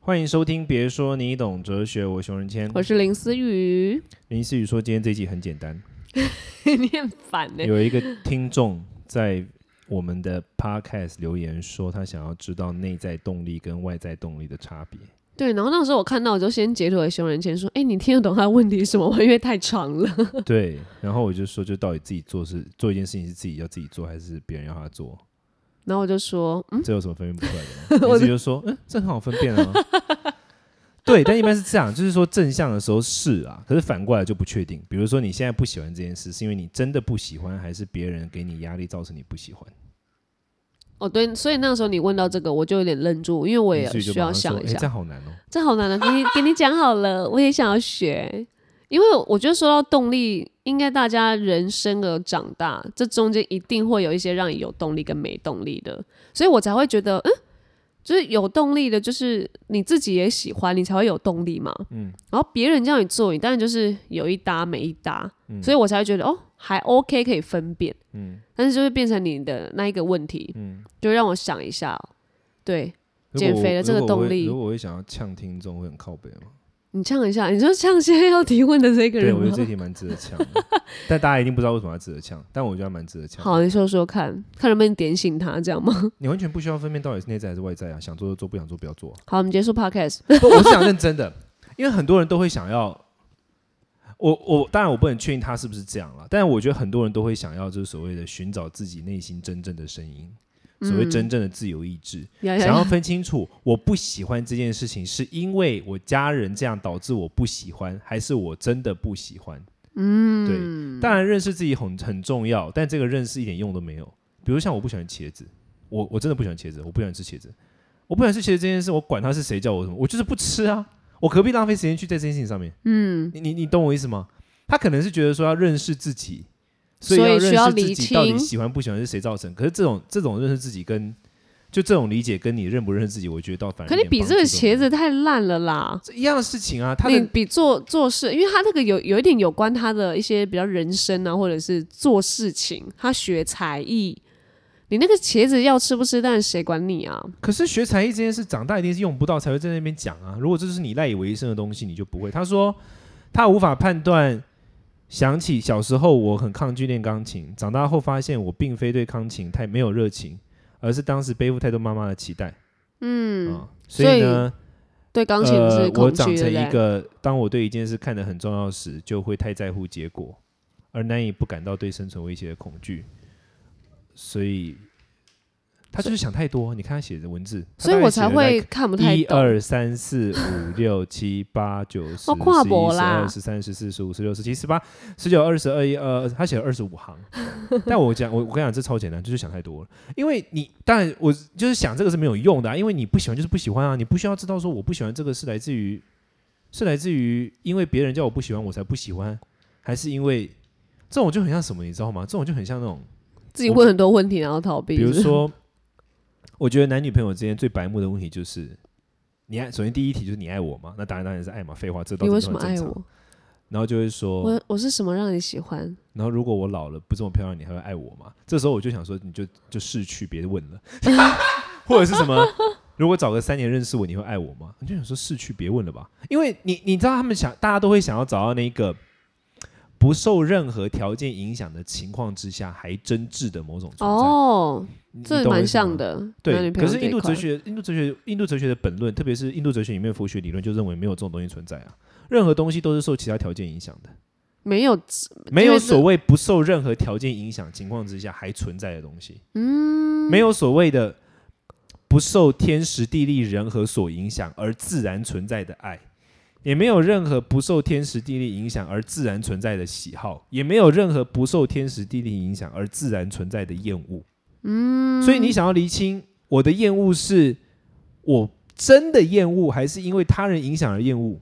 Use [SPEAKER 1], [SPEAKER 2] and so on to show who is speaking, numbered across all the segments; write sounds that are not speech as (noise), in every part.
[SPEAKER 1] 欢迎收听，别说你懂哲学，我熊仁谦，
[SPEAKER 2] 我是林
[SPEAKER 1] (laughs)
[SPEAKER 2] 思雨，
[SPEAKER 1] 林思雨说，今天这一集很简单，
[SPEAKER 2] 你很烦欸呢、
[SPEAKER 1] 有一个听众在我们的 podcast 留言说，他想要知道内在动力跟外在动力的差
[SPEAKER 2] (laughs)
[SPEAKER 1] 别。
[SPEAKER 2] 对，然后那时候我看到，我就先截图给熊仁谦说：“哎、你听得懂他的问题是什么吗？因为太长了。 (laughs)
[SPEAKER 1] 对，然后我就说，就到底自己做事做一件事情是自己要自己做，还是别人要他做？”
[SPEAKER 2] 然后我就说：“嗯，
[SPEAKER 1] 这有什么分辨不出来
[SPEAKER 2] (laughs)
[SPEAKER 1] 的吗？林思雨就说，嗯，这很好分辨啊。对，但一般是这样，就是说正向的时候是啊，可是反过来就不确定。比如说你现在不喜欢这件事，是因为你真的不喜欢，还是别人给你压力造成你不喜欢？
[SPEAKER 2] 哦对，所以那时候你问到这个，我就有点愣住，因为我也
[SPEAKER 1] 所以就
[SPEAKER 2] 需
[SPEAKER 1] 马
[SPEAKER 2] 要
[SPEAKER 1] 上说
[SPEAKER 2] 想一
[SPEAKER 1] 诶
[SPEAKER 2] 下。
[SPEAKER 1] 这好难哦。
[SPEAKER 2] 这好难啊的，给你 (laughs) 给你讲好了，我也想要学。因为我觉得说到动力，应该大家人生而长大，这中间一定会有一些让你有动力跟没动力的，所以我才会觉得，嗯，就是有动力的，就是你自己也喜欢，你才会有动力嘛。嗯，然后别人叫你做，你当然就是有一搭没一搭，所以我才会觉得哦，还 OK 可以分辨。嗯，但是就会变成你的那一个问题，嗯，就让我想一下、哦，对
[SPEAKER 1] 如
[SPEAKER 2] 减
[SPEAKER 1] 果
[SPEAKER 2] 肥
[SPEAKER 1] 我
[SPEAKER 2] 的这
[SPEAKER 1] 如
[SPEAKER 2] 个
[SPEAKER 1] 果我
[SPEAKER 2] 动
[SPEAKER 1] 会
[SPEAKER 2] 力
[SPEAKER 1] 如果我会想要呛听众，会很靠北吗？
[SPEAKER 2] 你呛一下，你就呛现在要提问的这个
[SPEAKER 1] 对，
[SPEAKER 2] 人
[SPEAKER 1] 我觉
[SPEAKER 2] 吗
[SPEAKER 1] 得？这题蛮值得呛的，但大家一定不知道为什么要值得呛，但我觉得蛮值得呛。
[SPEAKER 2] 好，你说说看，看能不能点醒他，这样吗？ (laughs)
[SPEAKER 1] 你完全不需要分辨到底是内在还是外在啊，想做就做，不想做不要做啊、
[SPEAKER 2] 好，我们结束 podcast。
[SPEAKER 1] (laughs) 不，我是想认真的，因为很多人都会想要，我我当然我不能确定他是不是这样了，但是我觉得很多人都会想要，就是所谓的寻找自己内心真正的声音，所谓真正的自由意志，
[SPEAKER 2] 呀呀
[SPEAKER 1] 想
[SPEAKER 2] (laughs)
[SPEAKER 1] 要
[SPEAKER 2] 呀，
[SPEAKER 1] 分清楚我不喜欢这件事情是因为我家人这样导致我不喜欢，还是我真的不喜欢。嗯，对，当然认识自己很很重要，但这个认识一点用都没有。比如像我不喜欢茄子，我我真的不喜欢茄子，我不喜欢吃茄子，我不喜欢吃茄子这件事，我管他是谁叫我什么，我就是不吃啊，我何必浪费时间去在这件事情上面？嗯，你你你懂我意思吗？他可能是觉得说要认识自己，所以
[SPEAKER 2] 所以
[SPEAKER 1] 要
[SPEAKER 2] 需要
[SPEAKER 1] 认识自
[SPEAKER 2] 理
[SPEAKER 1] 己到底
[SPEAKER 2] 清
[SPEAKER 1] 喜欢不喜欢是谁造成。可是这种这种认识自己跟就这种理解跟你认不认识自己，我觉得倒反而
[SPEAKER 2] 可
[SPEAKER 1] 一
[SPEAKER 2] 你
[SPEAKER 1] 点
[SPEAKER 2] 比
[SPEAKER 1] 帮
[SPEAKER 2] 这个
[SPEAKER 1] 助都没有
[SPEAKER 2] 茄子太烂了啦。
[SPEAKER 1] 这一样的事情啊，他
[SPEAKER 2] 你
[SPEAKER 1] 的
[SPEAKER 2] 比做做事，因为他那个有有一点有关他的一些比较人生啊，或者是做事情，他学才艺。你那个茄子要吃不吃，但谁管你啊？
[SPEAKER 1] 可是学才艺这件事，长大一定是用不到，才会在那边讲啊。如果这是你赖以为生的东西，你就不会。他说他无法判断。想起小时候，我很抗拒练钢琴，长大后发现我并非对钢琴太没有热情，而是当时背负太多妈妈的期待。嗯，所
[SPEAKER 2] 所
[SPEAKER 1] 以
[SPEAKER 2] 以
[SPEAKER 1] 呢，
[SPEAKER 2] 对钢琴是
[SPEAKER 1] 呃、我
[SPEAKER 2] 恐
[SPEAKER 1] 长
[SPEAKER 2] 惧
[SPEAKER 1] 成
[SPEAKER 2] 的
[SPEAKER 1] 一
[SPEAKER 2] 嘞。
[SPEAKER 1] 个，当我对一件事看得很重要时，就会太在乎结果，而难以不感到对生存威胁的恐惧。所以，他就是想太多。你看他写的文字，
[SPEAKER 2] 所以我才会看不太
[SPEAKER 1] 一
[SPEAKER 2] 懂。
[SPEAKER 1] 二三四五六七八九十，
[SPEAKER 2] (laughs) 哦跨博
[SPEAKER 1] 十
[SPEAKER 2] 啦
[SPEAKER 1] 二十三十四十五十六十七十八十九二十二一二二，他写了二十五
[SPEAKER 2] (laughs)
[SPEAKER 1] 行。但我讲，我我跟你讲，这超简单，就是想太多了。因为你，当然我就是想这个是没有用的、啊，因为你不喜欢就是不喜欢啊，你不需要知道说我不喜欢这个是来自于是来自于因为别人叫我不喜欢我才不喜欢，还是因为这种就很像什么，你知道吗？这种就很像那种。
[SPEAKER 2] 自己问很多问题，然后逃避。
[SPEAKER 1] 比如
[SPEAKER 2] 是不是，
[SPEAKER 1] 说，我觉得男女朋友之间最白目的问题就是，你爱，首先第一题就是你爱我吗？那当然当然是爱嘛，废话，这倒是
[SPEAKER 2] 你为
[SPEAKER 1] 很
[SPEAKER 2] 什么
[SPEAKER 1] 正
[SPEAKER 2] 爱
[SPEAKER 1] 常。
[SPEAKER 2] 我？
[SPEAKER 1] 然后就会说，
[SPEAKER 2] 我我是什么让你喜欢？
[SPEAKER 1] 然后如果我老了不这么漂亮，你还会爱我吗？这时候我就想说，你就就逝去，别问了， (laughs) 或者是什么？如果找个三年认识我，你会爱我吗？你就想说逝去，别问了吧，因为你你知道他们想，大家都会想要找到那个不受任何条件影响的情况之下，还真挚的某种存在。
[SPEAKER 2] 哦，
[SPEAKER 1] 你，你
[SPEAKER 2] 这
[SPEAKER 1] 懂我意
[SPEAKER 2] 蛮
[SPEAKER 1] 思吗
[SPEAKER 2] 像的。男
[SPEAKER 1] 对，
[SPEAKER 2] 女朋友
[SPEAKER 1] 可是
[SPEAKER 2] 这一
[SPEAKER 1] 印度哲
[SPEAKER 2] 块
[SPEAKER 1] 学、印度哲学、印度哲学的本论，特别是印度哲学里面佛学理论，就认为没有这种东西存在啊。任何东西都是受其他条件影响的，
[SPEAKER 2] 没有，
[SPEAKER 1] 没有
[SPEAKER 2] 这
[SPEAKER 1] 所谓不受任何条件影响情况之下还存在的东西。嗯，没有所谓的不受天时地利人和所影响而自然存在的爱，也没有任何不受天时地利影响而自然存在的喜好，也没有任何不受天时地利影响而自然存在的厌恶。嗯，所以你想要厘清我的厌恶是我真的厌恶，还是因为他人影响而厌恶？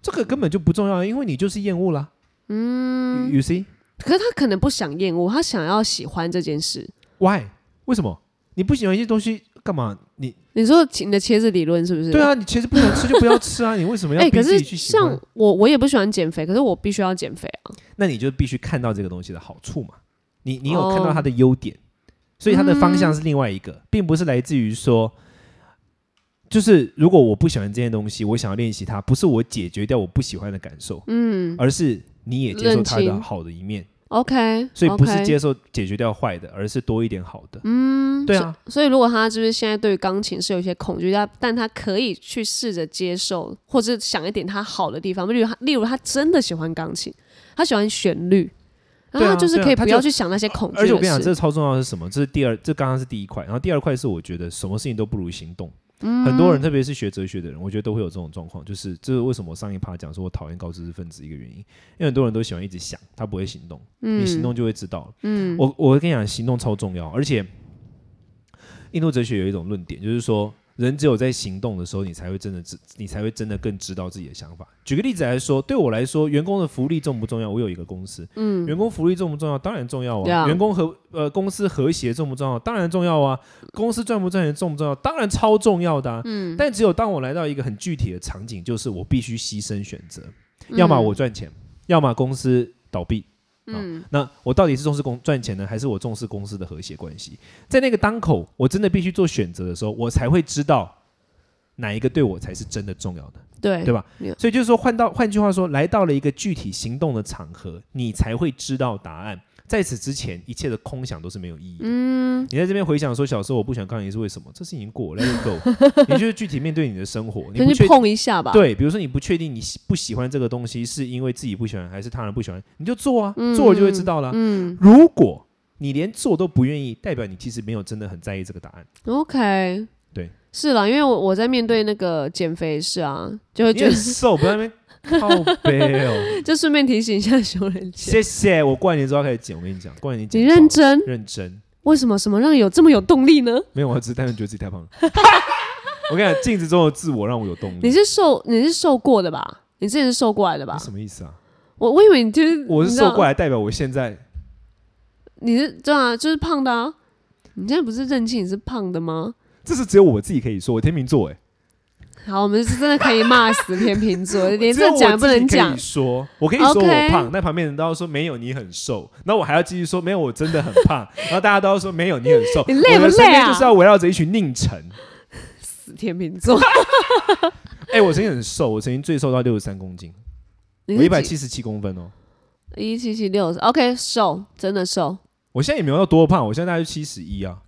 [SPEAKER 1] 这个根本就不重要，啊因为你就是厌恶啦。嗯，You see
[SPEAKER 2] 可是他可能不想厌恶，他想要喜欢这件事。
[SPEAKER 1] why？为什么你不喜欢一些东西干嘛？你
[SPEAKER 2] 你说你的茄子理论是不是？
[SPEAKER 1] 对。啊，你其实不想吃就不要吃啊，你为什么要
[SPEAKER 2] 哎、
[SPEAKER 1] 逼
[SPEAKER 2] 可
[SPEAKER 1] 自
[SPEAKER 2] 是
[SPEAKER 1] 己去喜欢？
[SPEAKER 2] 像我，我也不喜欢减肥，可是我必须要减肥啊。
[SPEAKER 1] 那你就必须看到这个东西的好处嘛。你你有看到它的哦优点，所以它的方向是另外一个，并不是来自于说，就是如果我不喜欢这件东西，我想要练习它，不是我解决掉我不喜欢的感受，
[SPEAKER 2] 嗯
[SPEAKER 1] 而是你也接受它
[SPEAKER 2] 认
[SPEAKER 1] 的
[SPEAKER 2] 清
[SPEAKER 1] 好的一面，
[SPEAKER 2] ，OK，
[SPEAKER 1] 所以不是
[SPEAKER 2] OK
[SPEAKER 1] 接受解决掉坏的，而是多一点好的。
[SPEAKER 2] 嗯，
[SPEAKER 1] 对啊，
[SPEAKER 2] 所以如果他就是现在对于钢琴是有一些恐惧，但但他可以去试着接受，或者想一点他好的地方，例如他，例如他真的喜欢钢琴，他喜欢旋律，然
[SPEAKER 1] 对
[SPEAKER 2] 后
[SPEAKER 1] 啊
[SPEAKER 2] 他就是
[SPEAKER 1] 对啊
[SPEAKER 2] 可以
[SPEAKER 1] 他
[SPEAKER 2] 不
[SPEAKER 1] 就
[SPEAKER 2] 要去想那些恐惧的
[SPEAKER 1] 而且我跟你讲，
[SPEAKER 2] 事
[SPEAKER 1] 这超重要的是什么？这是第二，这刚刚是第一块，然后第二块是我觉得什么事情都不如行动。
[SPEAKER 2] 嗯
[SPEAKER 1] 很多人，特别是学哲学的人，我觉得都会有这种状况，就是这是为什么我上一趴讲说我讨厌高知识分子一个原因，因为很多人都喜欢一直想，他不会行动，你行动就会知道了。
[SPEAKER 2] 嗯
[SPEAKER 1] 我我跟你讲，行动超重要，而且印度哲学有一种论点，就是说人只有在行动的时候，你才会真的知，你才会真的更知道自己的想法。举个例子来说，对我来说，员工的福利重不重要？我有一个公司，
[SPEAKER 2] 嗯，
[SPEAKER 1] 员工福利重不重要？当然重要啊。
[SPEAKER 2] 对啊
[SPEAKER 1] 员工和呃公司和谐重不重要？当然重要啊。公司赚不赚钱重不重要？当然超重要的、啊。嗯。但只有当我来到一个很具体的场景，就是我必须牺牲选择，要么我赚钱，要么公司倒闭。
[SPEAKER 2] 嗯
[SPEAKER 1] 那我到底是重视公赚钱呢，还是我重视公司的和谐关系？在那个当口，我真的必须做选择的时候，我才会知道哪一个对我才是真的重要的。
[SPEAKER 2] 对
[SPEAKER 1] 对吧
[SPEAKER 2] Yeah
[SPEAKER 1] 所以就是说，换到换句话说，来到了一个具体行动的场合，你才会知道答案。在此之前，一切的空想都是没有意义的。
[SPEAKER 2] 嗯
[SPEAKER 1] 你在这边回想说小时候我不喜欢钢琴是为什么？这事情已经过了，let it
[SPEAKER 2] (laughs)
[SPEAKER 1] go。你就是具体面对你的生活，你
[SPEAKER 2] 可
[SPEAKER 1] 不
[SPEAKER 2] 以去
[SPEAKER 1] 确
[SPEAKER 2] 碰一下吧，
[SPEAKER 1] 对，比如说你不确定你喜不喜欢这个东西，是因为自己不喜欢还是他人不喜欢，你就做啊，做了就会知道啦。
[SPEAKER 2] 嗯
[SPEAKER 1] 如果你连做都不愿意，代表你其实没有真的很在意这个答案。
[SPEAKER 2] ，OK，
[SPEAKER 1] 对，
[SPEAKER 2] 是啦，因为我我在面对那个减肥是啊，就会
[SPEAKER 1] 你
[SPEAKER 2] 觉
[SPEAKER 1] 很
[SPEAKER 2] 得
[SPEAKER 1] 瘦，不要在那边靠背哦。
[SPEAKER 2] (laughs) 就顺便提醒一下熊仁姐，
[SPEAKER 1] 谢谢，我过完年之后开始减，我跟你讲，过完年减
[SPEAKER 2] 你
[SPEAKER 1] 爆。
[SPEAKER 2] 认真，
[SPEAKER 1] 认真，
[SPEAKER 2] 为什么什么让你有这么有动力呢？
[SPEAKER 1] 没有，我只是单纯觉得自己太胖了。 (laughs) 我跟你讲，镜子中的自我让我有动力。
[SPEAKER 2] 你是瘦，你是瘦过的吧？你之前是瘦过来的吧
[SPEAKER 1] 你？什么意思啊？
[SPEAKER 2] 我我以为你就是
[SPEAKER 1] 我是
[SPEAKER 2] 你知道
[SPEAKER 1] 瘦过来，代表我现在
[SPEAKER 2] 你是对啊，就是胖的啊。你现在不是认清你是胖的吗？
[SPEAKER 1] 这是只有我自己可以说，我天秤座哎、
[SPEAKER 2] 好，我们是真的可以骂死天秤座，连
[SPEAKER 1] 只
[SPEAKER 2] 这
[SPEAKER 1] 有
[SPEAKER 2] 个讲
[SPEAKER 1] (laughs)
[SPEAKER 2] 也
[SPEAKER 1] 我
[SPEAKER 2] 不
[SPEAKER 1] 自己
[SPEAKER 2] 能
[SPEAKER 1] 可
[SPEAKER 2] 讲
[SPEAKER 1] 以。说，我可以说
[SPEAKER 2] OK
[SPEAKER 1] 我胖，那旁边人都要说没有你很瘦，那我还要继续说没有我真的很
[SPEAKER 2] (laughs)
[SPEAKER 1] 胖，然后大家都要说没有你很瘦，
[SPEAKER 2] 你累不
[SPEAKER 1] 我的身
[SPEAKER 2] 累
[SPEAKER 1] 边
[SPEAKER 2] 啊
[SPEAKER 1] 就是要围绕着一群佞臣。
[SPEAKER 2] 死天秤座，
[SPEAKER 1] 哎、我曾经很瘦，我曾经最瘦到六十三公斤，(laughs)
[SPEAKER 2] 你
[SPEAKER 1] 我
[SPEAKER 2] 是
[SPEAKER 1] 一百七十七公分哦。
[SPEAKER 2] 一七七六，OK，瘦，真的瘦。
[SPEAKER 1] 我现在也没有要多胖，我现在大概七十一啊，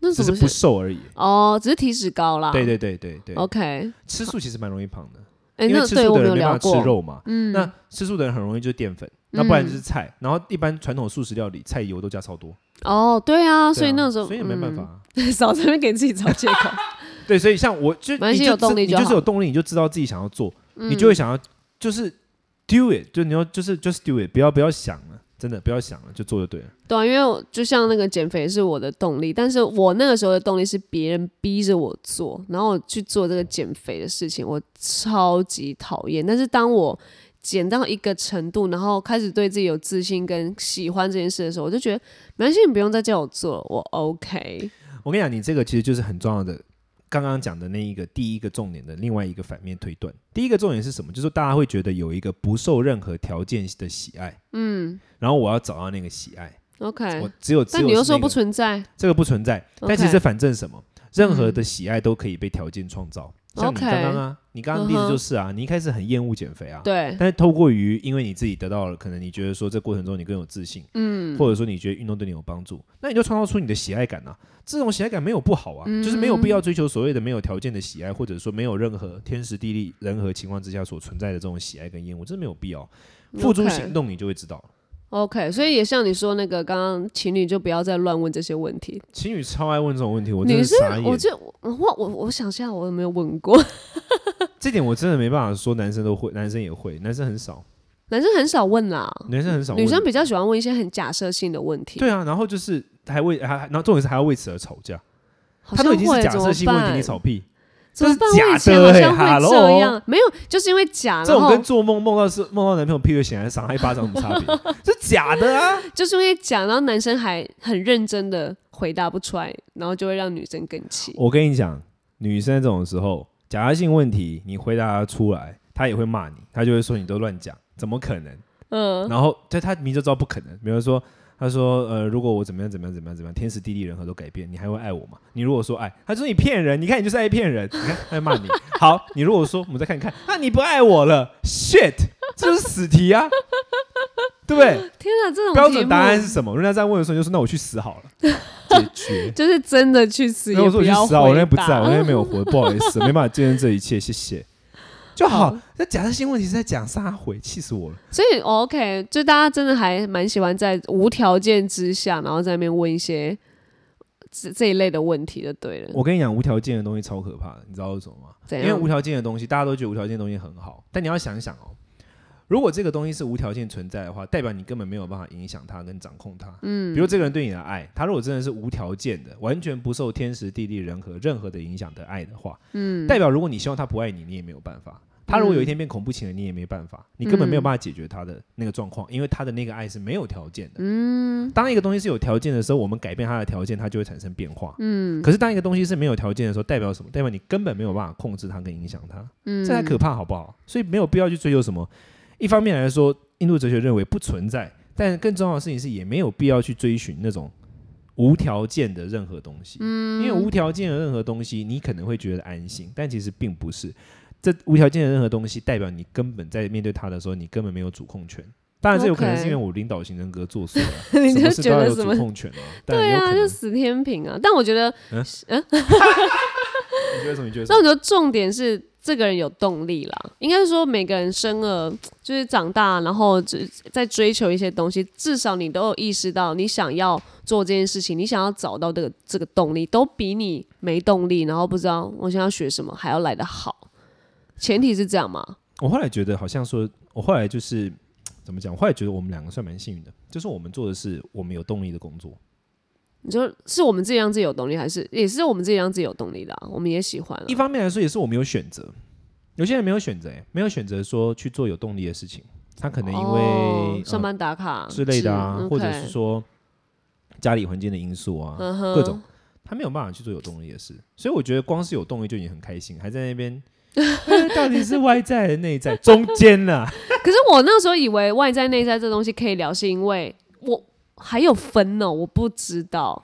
[SPEAKER 2] 那
[SPEAKER 1] 只
[SPEAKER 2] 什
[SPEAKER 1] 是
[SPEAKER 2] 么
[SPEAKER 1] 不瘦而已。
[SPEAKER 2] 哦，只是体脂高啦。
[SPEAKER 1] 对对对对对
[SPEAKER 2] OK，
[SPEAKER 1] 吃素其实蛮容易胖的，
[SPEAKER 2] 哎，
[SPEAKER 1] 因为
[SPEAKER 2] 哦那
[SPEAKER 1] 吃
[SPEAKER 2] 对
[SPEAKER 1] 素
[SPEAKER 2] 我
[SPEAKER 1] 的
[SPEAKER 2] 没
[SPEAKER 1] 人
[SPEAKER 2] 有
[SPEAKER 1] 没
[SPEAKER 2] 聊
[SPEAKER 1] 办法吃
[SPEAKER 2] 过。
[SPEAKER 1] 肉嘛。
[SPEAKER 2] 嗯，
[SPEAKER 1] 那吃素的人很容易就是淀粉，那不然就是菜，然后一般传统素食料理菜油都加超多，
[SPEAKER 2] 哦，对啊，
[SPEAKER 1] 对啊
[SPEAKER 2] 所以那个时候
[SPEAKER 1] 所以也没办法、，啊。
[SPEAKER 2] 嗯 (laughs) 少在那边给自己找借
[SPEAKER 1] (laughs)
[SPEAKER 2] 口。
[SPEAKER 1] 对，所以像我就
[SPEAKER 2] 没关系
[SPEAKER 1] 你就
[SPEAKER 2] 有动力
[SPEAKER 1] 知你
[SPEAKER 2] 就
[SPEAKER 1] 就是
[SPEAKER 2] 好嗯
[SPEAKER 1] 有动力，你就知道自己想要做，你就会想要就是 do it，就你要就是 just do it，不要不要想了，真的不要想了，就做就对了。
[SPEAKER 2] 对啊，因为我就像那个减肥是我的动力，但是我那个时候的动力是别人逼着我做，然后我去做这个减肥的事情，我超级讨厌。但是当我减到一个程度，然后开始对自己有自信跟喜欢这件事的时候，我就觉得没关系，你不用再叫我做了，我 OK。
[SPEAKER 1] 我跟你讲，你这个其实就是很重要的，刚刚讲的那一个第一个重点的另外一个反面推断。第一个重点是什么？就是大家会觉得有一个不受任何条件的喜爱，
[SPEAKER 2] 嗯
[SPEAKER 1] 然后我要找到那个喜爱，我
[SPEAKER 2] OK，
[SPEAKER 1] 只有只有
[SPEAKER 2] 但你又
[SPEAKER 1] 是那
[SPEAKER 2] 说不
[SPEAKER 1] 个啊
[SPEAKER 2] 存在
[SPEAKER 1] 这个不存在，但
[SPEAKER 2] OK 嗯
[SPEAKER 1] 其实反证什么？任何的喜爱都可以被条件创造。像你
[SPEAKER 2] OK
[SPEAKER 1] 刚刚啊，你刚刚的例
[SPEAKER 2] 嗯
[SPEAKER 1] 子
[SPEAKER 2] 哼
[SPEAKER 1] 就是啊，你一开始很厌恶减肥啊，
[SPEAKER 2] 对，
[SPEAKER 1] 但是透过于因为你自己得到了，可能你觉得说这过程中你更有自信，
[SPEAKER 2] 嗯
[SPEAKER 1] 或者说你觉得运动对你有帮助，那你就创造出你的喜爱感啊。这种喜爱感没有不好啊，
[SPEAKER 2] 嗯
[SPEAKER 1] 就是没有必要追求所谓的没有条件的喜爱，或者说没有任何天时地利人和情况之下所存在的这种喜爱跟厌恶，这没有必要。付诸
[SPEAKER 2] OK
[SPEAKER 1] 行动，你就会知道。
[SPEAKER 2] OK，所以也像你说那个刚刚情侣就不要再乱问这些问题，
[SPEAKER 1] 情侣超爱问这种问题，我真
[SPEAKER 2] 女
[SPEAKER 1] 的
[SPEAKER 2] 生
[SPEAKER 1] 傻眼。
[SPEAKER 2] 我就我我我我想一下，我有没有问过？
[SPEAKER 1] 这点我真的没办法说，男生都会，男生也会，男生很少，
[SPEAKER 2] 男生很少问啦，
[SPEAKER 1] 男生很少问。
[SPEAKER 2] 女生比较喜欢问一些很假设性的问题。
[SPEAKER 1] 对啊，然后就是还为还还然后重点是还要为此而吵架，
[SPEAKER 2] 好
[SPEAKER 1] 他
[SPEAKER 2] 像
[SPEAKER 1] 都已
[SPEAKER 2] 会，
[SPEAKER 1] 经是假设性问题，你
[SPEAKER 2] 怎么
[SPEAKER 1] 吵屁，
[SPEAKER 2] 办？怎么
[SPEAKER 1] 这
[SPEAKER 2] 办？
[SPEAKER 1] 是假
[SPEAKER 2] 我
[SPEAKER 1] 的
[SPEAKER 2] 以前好
[SPEAKER 1] 欸
[SPEAKER 2] 像会这
[SPEAKER 1] hello
[SPEAKER 2] 样，没有，就是因为假，
[SPEAKER 1] 这
[SPEAKER 2] 然
[SPEAKER 1] 种
[SPEAKER 2] 后
[SPEAKER 1] 跟做梦梦到是梦到男朋友劈腿醒来赏他一巴掌有什么差
[SPEAKER 2] (laughs)
[SPEAKER 1] 别？这假的啊！
[SPEAKER 2] 就是因为假，然后男生还很认真的回答不出来，然后就会让女生更气。
[SPEAKER 1] 我跟你讲，女生这种时候假设性问题，你回答她出来，她也会骂你，她就会说你都乱讲，怎么可能？
[SPEAKER 2] 嗯，
[SPEAKER 1] 然后对她明就知道不可能，比如说他说呃，如果我怎么样怎么样怎么样怎么样，天时地利人和都改变，你还会爱我吗？你如果说爱，他说你骗人，你看你就是爱骗人，你看他在骂你。好，你如果说我们再看看，那你不爱我了，shit，这就是死题啊，对不对？
[SPEAKER 2] 天啊，这种
[SPEAKER 1] 标
[SPEAKER 2] 题
[SPEAKER 1] 准
[SPEAKER 2] 目
[SPEAKER 1] 答案是什么？人家在问的时候，你就说那我去死好了，解决。
[SPEAKER 2] 就是真的去死
[SPEAKER 1] 没有
[SPEAKER 2] 也
[SPEAKER 1] 我说
[SPEAKER 2] 不
[SPEAKER 1] 我去
[SPEAKER 2] 要
[SPEAKER 1] 死啊！我那天不
[SPEAKER 2] 回答
[SPEAKER 1] 在，我那天没有活，不好意思，没办法见证这一切，谢
[SPEAKER 2] (laughs)
[SPEAKER 1] 谢。就好
[SPEAKER 2] 好，
[SPEAKER 1] 那假设性问题是在讲撒回，气死我了。
[SPEAKER 2] 所以哦 OK，就大家真的还蛮喜欢在无条件之下，然后在那边问一些这这一类的问题就对了。
[SPEAKER 1] 我跟你讲，无条件的东西超可怕的，你知道为什么吗？
[SPEAKER 2] 怎
[SPEAKER 1] 因为
[SPEAKER 2] 样
[SPEAKER 1] 无？条件的东西，大家都觉得无条件的东西很好，但你要想一想哦，如果这个东西是无条件存在的话，代表你根本没有办法影响它跟掌控它。嗯，比如这个人对你的爱，他如果真的是无条件的，完全不受天时地利人和任何的影响的爱的话，嗯，代表如果你希望他不爱你，你也没有办法。他如果有一天变恐怖情人，你也没办法，你根本没有办法解决他的那个状况，因为他的那个爱是没有条件的。嗯，当一个东西是有条件的时候，我们改变它的条件，它就会产生变化。
[SPEAKER 2] 嗯
[SPEAKER 1] 可是当一个东西是没有条件的时候，代表什么？代表你根本没有办法控制它跟影响它，嗯，这才可怕，好不好？所以没有必要去追究什么。一方面来说，印度哲学认为不存在，但更重要的事情是，也没有必要去追寻那种无条件的任何东西，嗯，因为无条件的任何东西，你可能会觉得安心，但其实并不是。这无条件的任何东西，代表你根本在面对它的时候，你根本没有主控权。当然，这有可能是因为我领导型人格作祟、啊，
[SPEAKER 2] (laughs) 你
[SPEAKER 1] 什
[SPEAKER 2] 就
[SPEAKER 1] 么事都
[SPEAKER 2] 觉
[SPEAKER 1] 要
[SPEAKER 2] 得
[SPEAKER 1] 有
[SPEAKER 2] 什
[SPEAKER 1] 主
[SPEAKER 2] 么？
[SPEAKER 1] 控权啊。但
[SPEAKER 2] 对
[SPEAKER 1] 也有可
[SPEAKER 2] 啊，就
[SPEAKER 1] 能
[SPEAKER 2] 死天平啊！但我觉得，啊
[SPEAKER 1] 你觉得什么？你觉得什
[SPEAKER 2] 那
[SPEAKER 1] 么？
[SPEAKER 2] 我觉得重点是这个人有动力啦。应该说，每个人生而就是长大，然后只在追求一些东西，至少你都有意识到你想要做这件事情，你想要找到这个这个动力，都比你没动力，然后不知道我想要学什么还要来得好。前提是这样嘛？
[SPEAKER 1] 我后来觉得好像说，我后来就是怎么讲？我后来觉得我们两个算蛮幸运的，就是我们做的是我们有动力的工作。
[SPEAKER 2] 你说是我们自己让自己有动力，还是也是我们自己让自己有动力的、啊？我们也喜欢、啊
[SPEAKER 1] 一。方面来说，也是我们有选择，有些人没有选择、欸，没有选择说去做有动力的事情，他可能因为、
[SPEAKER 2] 哦
[SPEAKER 1] 呃
[SPEAKER 2] 上班打卡、
[SPEAKER 1] 之类的啊
[SPEAKER 2] 是，
[SPEAKER 1] 或者是
[SPEAKER 2] OK
[SPEAKER 1] 说家里环境的因素啊，
[SPEAKER 2] 嗯哼
[SPEAKER 1] 各种。他没有办法去做有动力的事，所以我觉得光是有动力就已经很开心，还在那边， (laughs) 呃到底是外在还是内在？中间啊呢、
[SPEAKER 2] 可是我那时候以为外在内在这东西可以聊，是因为我还有分哦呢，我不知道。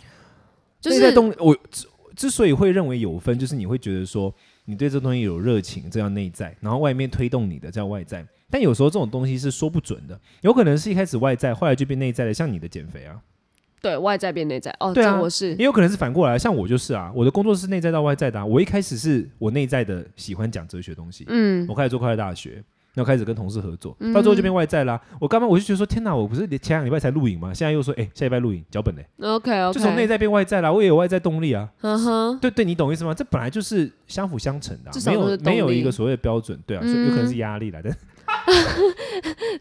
[SPEAKER 2] 就
[SPEAKER 1] 内在
[SPEAKER 2] 是
[SPEAKER 1] 动力，我之之所以会认为有分，就是你会觉得说你对这东西有热情，这叫内在，然后外面推动你的叫外在。但有时候这种东西是说不准的，有可能是一开始外在，后来就变内在了，像你的减肥啊，
[SPEAKER 2] 对外在变内在哦，
[SPEAKER 1] 对啊
[SPEAKER 2] 这我是
[SPEAKER 1] 也有可能是反过来，像我就是啊，我的工作是内在到外在的、啊。我一开始是我内在的喜欢讲哲学东西，
[SPEAKER 2] 嗯，
[SPEAKER 1] 我开始做快乐大学，然后开始跟同事合作，到最后就变外在啦、我刚刚我就觉得说，天哪，我不是前两礼拜才录影吗？现在又说，哎、下礼拜录影，脚本嘞、
[SPEAKER 2] OK OK，
[SPEAKER 1] 就从内在变外在啦，我也有外在动力啊。
[SPEAKER 2] 呵呵，
[SPEAKER 1] 对对，你懂意思吗？这本来就是相辅相成的、啊
[SPEAKER 2] 至，少
[SPEAKER 1] 没
[SPEAKER 2] 都
[SPEAKER 1] 有
[SPEAKER 2] 是动嗯
[SPEAKER 1] 没有一
[SPEAKER 2] 力
[SPEAKER 1] 个所谓的标准，对啊，所以有可能是压力来的。 (laughs) 但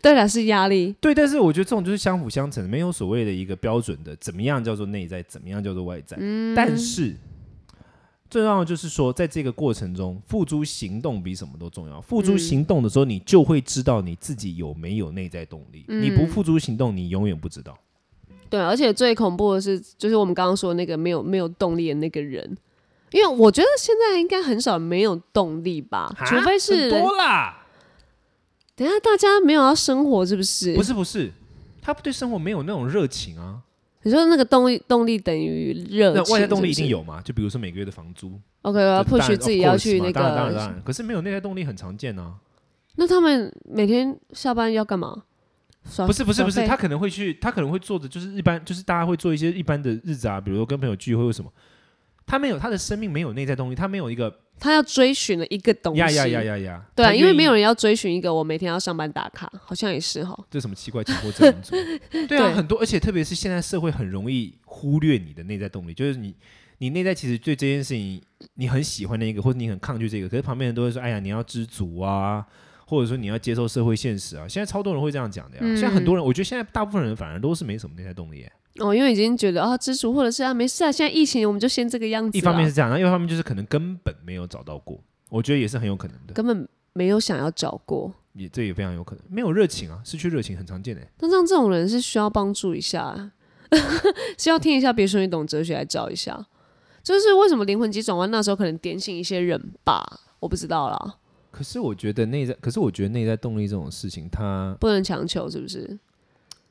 [SPEAKER 2] 对了是压力，
[SPEAKER 1] 对，但是我觉得这种就是相辅相成，没有所谓的一个标准的，怎么样叫做内在，怎么样叫做外在。
[SPEAKER 2] 嗯
[SPEAKER 1] 但是最重要的就是说，在这个过程中，付诸行动比什么都
[SPEAKER 2] 嗯
[SPEAKER 1] 重要。付诸行动的时候，你就会知道你自己有没有内在动力。
[SPEAKER 2] 嗯
[SPEAKER 1] 你不付诸行动，你永远不知道。
[SPEAKER 2] 对，而且最恐怖的是，就是我们刚刚说那个没有没有动力的那个人，因为我觉得现在应该很少没有动力吧，
[SPEAKER 1] 哈
[SPEAKER 2] (laughs) 除非
[SPEAKER 1] 很
[SPEAKER 2] 是
[SPEAKER 1] 多啦，
[SPEAKER 2] 等一下大家没有要生活是不是？
[SPEAKER 1] 不是不是，他对生活没有那种热情啊。
[SPEAKER 2] 你说那个动力动力等于热
[SPEAKER 1] 那
[SPEAKER 2] 情，
[SPEAKER 1] 外在动力一定
[SPEAKER 2] 呃是不是。
[SPEAKER 1] 有嘛？就比如说每个月的房租，
[SPEAKER 2] OK，我要
[SPEAKER 1] 就当
[SPEAKER 2] push
[SPEAKER 1] 然
[SPEAKER 2] 自己
[SPEAKER 1] of course
[SPEAKER 2] 要去
[SPEAKER 1] 嘛
[SPEAKER 2] 那
[SPEAKER 1] 当然当然
[SPEAKER 2] 个
[SPEAKER 1] 当然，可是没有内在动力很常见啊。
[SPEAKER 2] 那他们每天下班要干嘛？耍
[SPEAKER 1] 不是不是
[SPEAKER 2] 耍
[SPEAKER 1] 不是，
[SPEAKER 2] 废
[SPEAKER 1] 他可能会去，他可能会做的就是一般，就是大家会做一些一般的日子啊，比如说跟朋友聚会或什么。他没有他的生命没有内在动力，他没有一个
[SPEAKER 2] 他要追寻了一个东西。
[SPEAKER 1] 呀呀呀呀呀。
[SPEAKER 2] 对啊，
[SPEAKER 1] 他
[SPEAKER 2] 因为
[SPEAKER 1] 愿意
[SPEAKER 2] 没有人要追寻一个我每天要上班打卡，好像也是哦哈。
[SPEAKER 1] 这什么奇怪强迫症民族对啊，
[SPEAKER 2] 对
[SPEAKER 1] 很多，而且特别是现在社会很容易忽略你的内在动力，就是你你内在其实对这件事情你很喜欢的一个，或者你很抗拒这个，可是旁边人都会说，哎呀，你要知足啊。或者说你要接受社会现实啊，现在超多人会这样讲的呀。
[SPEAKER 2] 嗯
[SPEAKER 1] 现在很多人，我觉得现在大部分人反而都是没什么内在动力耶。
[SPEAKER 2] 哦，因为已经觉得啊，知足或者是啊，没事啊，现在疫情我们就先这个样子啦。
[SPEAKER 1] 一方面是这样，然后一方面就是可能根本没有找到过，我觉得也是很有可能的，
[SPEAKER 2] 根本没有想要找过，
[SPEAKER 1] 也这也非常有可能没有热情啊，失去热情很常见的。
[SPEAKER 2] 那像这种人是需要帮助一下啊， (laughs) 是要听一下别说你懂哲学来找一下。就是为什么灵魂急转弯那时候可能点醒一些人吧，我不知道啦，
[SPEAKER 1] 可是我觉得内在，可是我觉得内在动力这种事情，它
[SPEAKER 2] 不能强求是不是？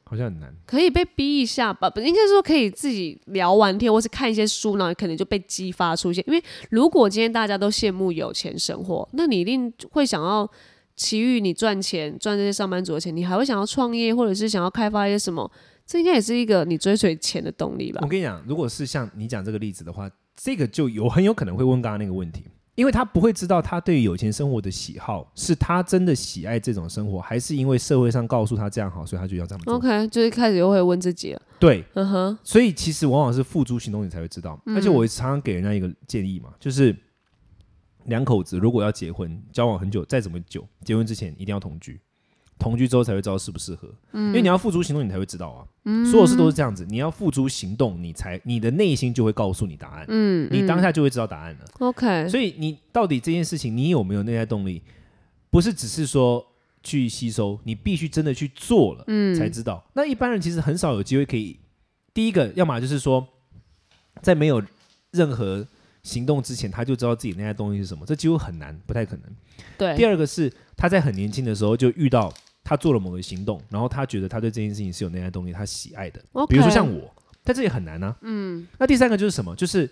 [SPEAKER 1] 好像很难。
[SPEAKER 2] 可以被逼一下吧，不应该说可以自己聊完天，或是看一些书，然后可能就被激发出一些。因为如果今天大家都羡慕有钱生活，那你一定会想要，其余你赚钱赚这些上班族的钱，你还会想要创业，或者是想要开发一些什么，这应该也是一个你追随钱的动力吧
[SPEAKER 1] 我？跟你讲，如果是像你讲这个例子的话，这个就有很有可能会问刚刚那个问题，因为他不会知道他对于有钱生活的喜好是他真的喜爱这种生活，还是因为社会上告诉他这样好，所以他就要这样做。
[SPEAKER 2] OK，就是开始又会问自己了，
[SPEAKER 1] 对，
[SPEAKER 2] 嗯哼，嗯
[SPEAKER 1] 所以其实往往是付诸行动，你才会知道。而且我常常给人家一个建议嘛，就是两口子如果要结婚，交往很久，再怎么久，结婚之前一定要同居，同居之后才会知道适不适合。
[SPEAKER 2] 嗯
[SPEAKER 1] 因为你要付诸行动，你才会知道啊。所有事都是这样子，你要付诸行动，你才你的内心就会告诉你答案，
[SPEAKER 2] 嗯，
[SPEAKER 1] 你当下就会知道答案了。
[SPEAKER 2] OK，
[SPEAKER 1] 所以你到底这件事情，你有没有内在动力？不是只是说去吸收，你必须真的去做了，才知道。那一般人其实很少有机会可以，第一个，要么就是说，在没有任何行动之前，他就知道自己内在动力是什么，这几乎很难，不太可能。第
[SPEAKER 2] 对，
[SPEAKER 1] 二个是他在很年轻的时候就遇到他做了某个行动，然后他觉得他对这件事情是有内在动力，他喜爱的。
[SPEAKER 2] OK
[SPEAKER 1] 比如说像我，但这也很难啊。嗯。那第三个就是什么？就是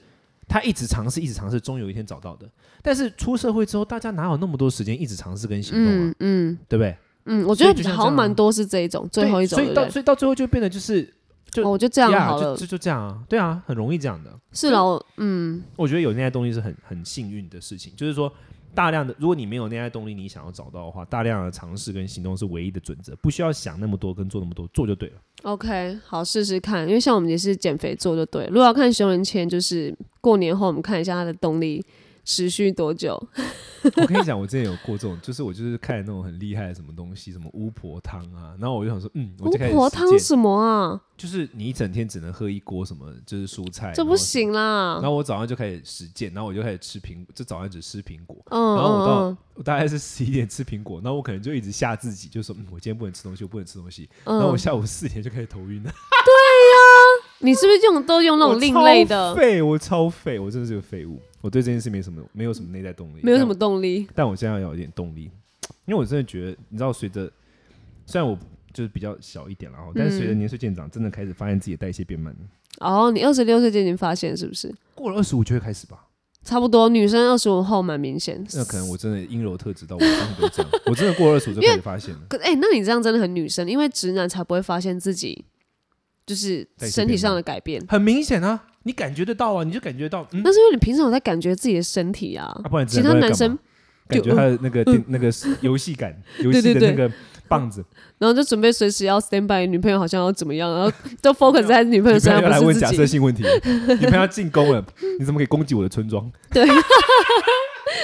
[SPEAKER 1] 他一直尝试，一直尝试，终有一天找到的。但是出社会之后，大家哪有那么多时间一直尝试跟行动啊？
[SPEAKER 2] 嗯嗯
[SPEAKER 1] 对不对？
[SPEAKER 2] 嗯，我
[SPEAKER 1] 所以就
[SPEAKER 2] 觉得
[SPEAKER 1] 像
[SPEAKER 2] 好像
[SPEAKER 1] 这样啊
[SPEAKER 2] 蛮多是这一种，最后一种，
[SPEAKER 1] 所
[SPEAKER 2] 对
[SPEAKER 1] 以
[SPEAKER 2] 不
[SPEAKER 1] 到
[SPEAKER 2] 对？
[SPEAKER 1] 所以到最后就变得就是就
[SPEAKER 2] 哦，我就这样
[SPEAKER 1] 呀
[SPEAKER 2] 好了
[SPEAKER 1] 就，就就这样啊，对啊，很容易这样的。
[SPEAKER 2] 是了，我嗯，
[SPEAKER 1] 我觉得有内在动力是很很幸运的事情，就是说。大量的，如果你没有内在动力，你想要找到的话，大量的尝试跟行动是唯一的准则，不需要想那么多跟做那么多，做就对了。
[SPEAKER 2] OK，好试试看，因为像我们也是减肥做就对了。如果要看熊仁谦，就是过年后我们看一下他的动力持续多久。
[SPEAKER 1] (laughs) 我跟你讲，我之前有过这种，就是我就是看那种很厉害的什么东西，什么巫婆汤啊，然后我就想说，嗯，我
[SPEAKER 2] 巫
[SPEAKER 1] 就开始
[SPEAKER 2] 婆
[SPEAKER 1] 实
[SPEAKER 2] 汤
[SPEAKER 1] 践
[SPEAKER 2] 什么啊？
[SPEAKER 1] 就是你一整天只能喝一锅什么，就是蔬菜，
[SPEAKER 2] 这不行啦
[SPEAKER 1] 哎然后什么。然。后我早上就开始实践，然后我就开始吃苹，就早上只吃苹果，
[SPEAKER 2] 嗯
[SPEAKER 1] 然后我到
[SPEAKER 2] 嗯
[SPEAKER 1] 我大概是十一点吃苹果，然后我可能就一直吓自己，就说，嗯，我今天不能吃东西，我不能吃东西，然后我
[SPEAKER 2] 嗯，
[SPEAKER 1] 下午四点就开始头晕了，
[SPEAKER 2] 你是不是用都用那
[SPEAKER 1] 我
[SPEAKER 2] 种另
[SPEAKER 1] 超
[SPEAKER 2] 类的，
[SPEAKER 1] 废，我超废，我真的是个废物，我对这件事没什么，没有什么内在动力，
[SPEAKER 2] 没有什
[SPEAKER 1] 但
[SPEAKER 2] 么动力？
[SPEAKER 1] 但我现在要有一点动力，因为我真的觉得，你知道，随着虽然我就是比较小一点了
[SPEAKER 2] 嗯
[SPEAKER 1] 哦，但是随着年岁渐长，真的开始发现自己的代谢变慢了。
[SPEAKER 2] 哦，你二十六岁就已经发现是不是？
[SPEAKER 1] 过了二十五就会开始吧？
[SPEAKER 2] 差不多，女生二十五后蛮明显。
[SPEAKER 1] 那可能我真的阴柔特质到我真的都这样， (laughs) 我真的过了二十五就开始发现了。
[SPEAKER 2] 可哎、那你这样真的很女生，因为直男才不会发现自己就是
[SPEAKER 1] 代谢
[SPEAKER 2] 身体
[SPEAKER 1] 变
[SPEAKER 2] 上
[SPEAKER 1] 慢
[SPEAKER 2] 的改变。
[SPEAKER 1] 很明显啊，你感觉得到啊，你就感觉到，嗯，
[SPEAKER 2] 那是因为你平常有在感觉自己的身体啊，
[SPEAKER 1] 啊不然直
[SPEAKER 2] 其
[SPEAKER 1] 男都
[SPEAKER 2] 他
[SPEAKER 1] 在
[SPEAKER 2] 男
[SPEAKER 1] 干
[SPEAKER 2] 生
[SPEAKER 1] 嘛感觉他的那个电、那个游戏感，游戏
[SPEAKER 2] 嗯 (laughs) 对
[SPEAKER 1] 的
[SPEAKER 2] 对
[SPEAKER 1] 那个棒子，
[SPEAKER 2] 然后就准备随时要 stand by 女朋友好像要怎么样，然后都 focus 在女朋友
[SPEAKER 1] 你不
[SPEAKER 2] 身
[SPEAKER 1] 要又
[SPEAKER 2] 上，
[SPEAKER 1] 来
[SPEAKER 2] 不
[SPEAKER 1] 问
[SPEAKER 2] 是
[SPEAKER 1] 假
[SPEAKER 2] 自
[SPEAKER 1] 设
[SPEAKER 2] 己。
[SPEAKER 1] 性
[SPEAKER 2] (laughs)
[SPEAKER 1] 问题了，你们要进攻了，你怎么可以攻击我的村庄？
[SPEAKER 2] (laughs)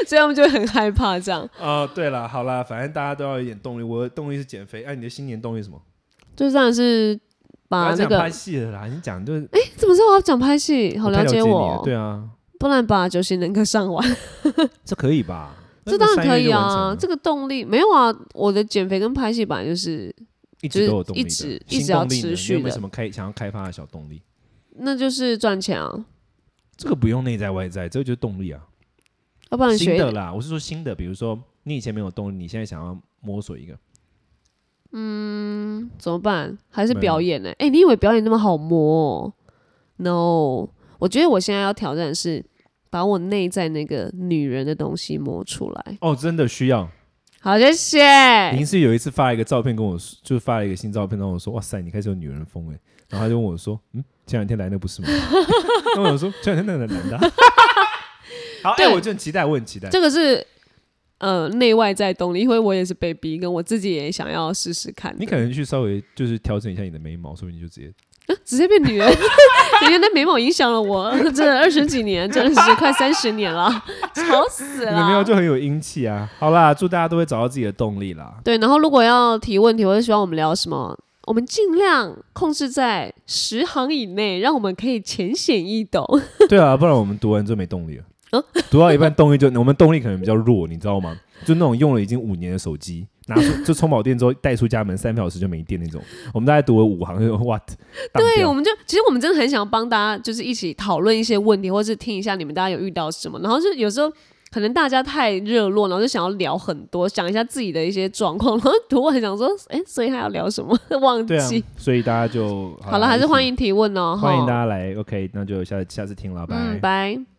[SPEAKER 2] 所以他们就会很害怕这样。
[SPEAKER 1] 哦，对了，好啦，反正大家都要有一点动力。我的动力是减肥，哎、你的新年动力是什么？
[SPEAKER 2] 就当然是
[SPEAKER 1] 不
[SPEAKER 2] 把啊那
[SPEAKER 1] 要啊讲
[SPEAKER 2] 个
[SPEAKER 1] 拍，戏了啦，你讲就是
[SPEAKER 2] 你怎么知道我要讲拍戏？好
[SPEAKER 1] 我太
[SPEAKER 2] 解
[SPEAKER 1] 解
[SPEAKER 2] 我
[SPEAKER 1] 你
[SPEAKER 2] 哦
[SPEAKER 1] 了，，对啊，
[SPEAKER 2] 不然把九型人格上完，
[SPEAKER 1] 这可以吧？
[SPEAKER 2] 这当然可以
[SPEAKER 1] 那
[SPEAKER 2] 啊
[SPEAKER 1] 么三月就完成了。
[SPEAKER 2] 这个动力没有啊，我的减肥跟拍戏本来就是，
[SPEAKER 1] 一直
[SPEAKER 2] 就是
[SPEAKER 1] 都有动力的，
[SPEAKER 2] 一直
[SPEAKER 1] 新
[SPEAKER 2] 一直要
[SPEAKER 1] 动力呢
[SPEAKER 2] 持续
[SPEAKER 1] 你有没
[SPEAKER 2] 的
[SPEAKER 1] 有什么开想要开发的小动力？
[SPEAKER 2] 那就是赚钱啊，
[SPEAKER 1] 这个不用内在外在，这个就是动力啊。
[SPEAKER 2] 要不然
[SPEAKER 1] 新
[SPEAKER 2] 学
[SPEAKER 1] 的啦，我是说新的，比如说你以前没有动力，你现在想要摸索一个，
[SPEAKER 2] 怎么办？还是
[SPEAKER 1] 没有
[SPEAKER 2] 表演呢、哎、你以为表演那么好磨、哦、？No，我觉得我现在要挑战的是把我内在那个女人的东西磨出来。
[SPEAKER 1] 哦，真的需要。
[SPEAKER 2] 好，谢谢。
[SPEAKER 1] 您是有一次发一个照片跟我说，就发了一个新照片，然后我说：“哇塞，你开始有女人风哎、然后他就问我说：“嗯，前两天来那不是吗？” (laughs) 那我想说：“前两天那个男的啊。” (laughs) 好，哎、
[SPEAKER 2] 对
[SPEAKER 1] 我就很期待，我很期待。
[SPEAKER 2] 这个是呃内外在动力，因为我也是被逼，跟我自己也想要试试看的。
[SPEAKER 1] 你可能去稍微就是调整一下你的眉毛，说不定就直接
[SPEAKER 2] 直接变女人， (laughs) 你看那眉毛影响了我， (laughs) 真的二十几年，真的是快三十年了， (laughs) 吵死
[SPEAKER 1] 你
[SPEAKER 2] 了。
[SPEAKER 1] 的眉毛就很有英气啊。好啦，祝大家都会找到自己的动力啦。 (laughs)
[SPEAKER 2] 对，然后如果要提问题，或者希望我们聊什么，我们尽量控制在十行以内，让我们可以浅显易懂。 (laughs)
[SPEAKER 1] 对啊，不然我们读完就没动力了
[SPEAKER 2] 嗯。
[SPEAKER 1] 读到一半动力就我们动力可能比较弱，你知道吗？就那种用了已经五年的手机，拿出 (laughs) 就充饱电之后带出家门三小时就没电那种，我们大概读了五行就 what？荡
[SPEAKER 2] (laughs) 对，
[SPEAKER 1] 掉
[SPEAKER 2] 我们就其实我们真的很想帮大家，就是一起讨论一些问题，或是听一下你们大家有遇到什么。然后就有时候可能大家太热络，然后就想要聊很多，讲一下自己的一些状况，然后突然想说，哎、所以还要聊什么？ (laughs) 忘
[SPEAKER 1] 对啊
[SPEAKER 2] 记。，
[SPEAKER 1] 所以大家就
[SPEAKER 2] 好了，还是欢
[SPEAKER 1] 迎
[SPEAKER 2] 迎提问哦，
[SPEAKER 1] 欢迎大
[SPEAKER 2] 家，
[SPEAKER 1] 家来。OK，那就下下次听了，拜
[SPEAKER 2] 嗯，拜。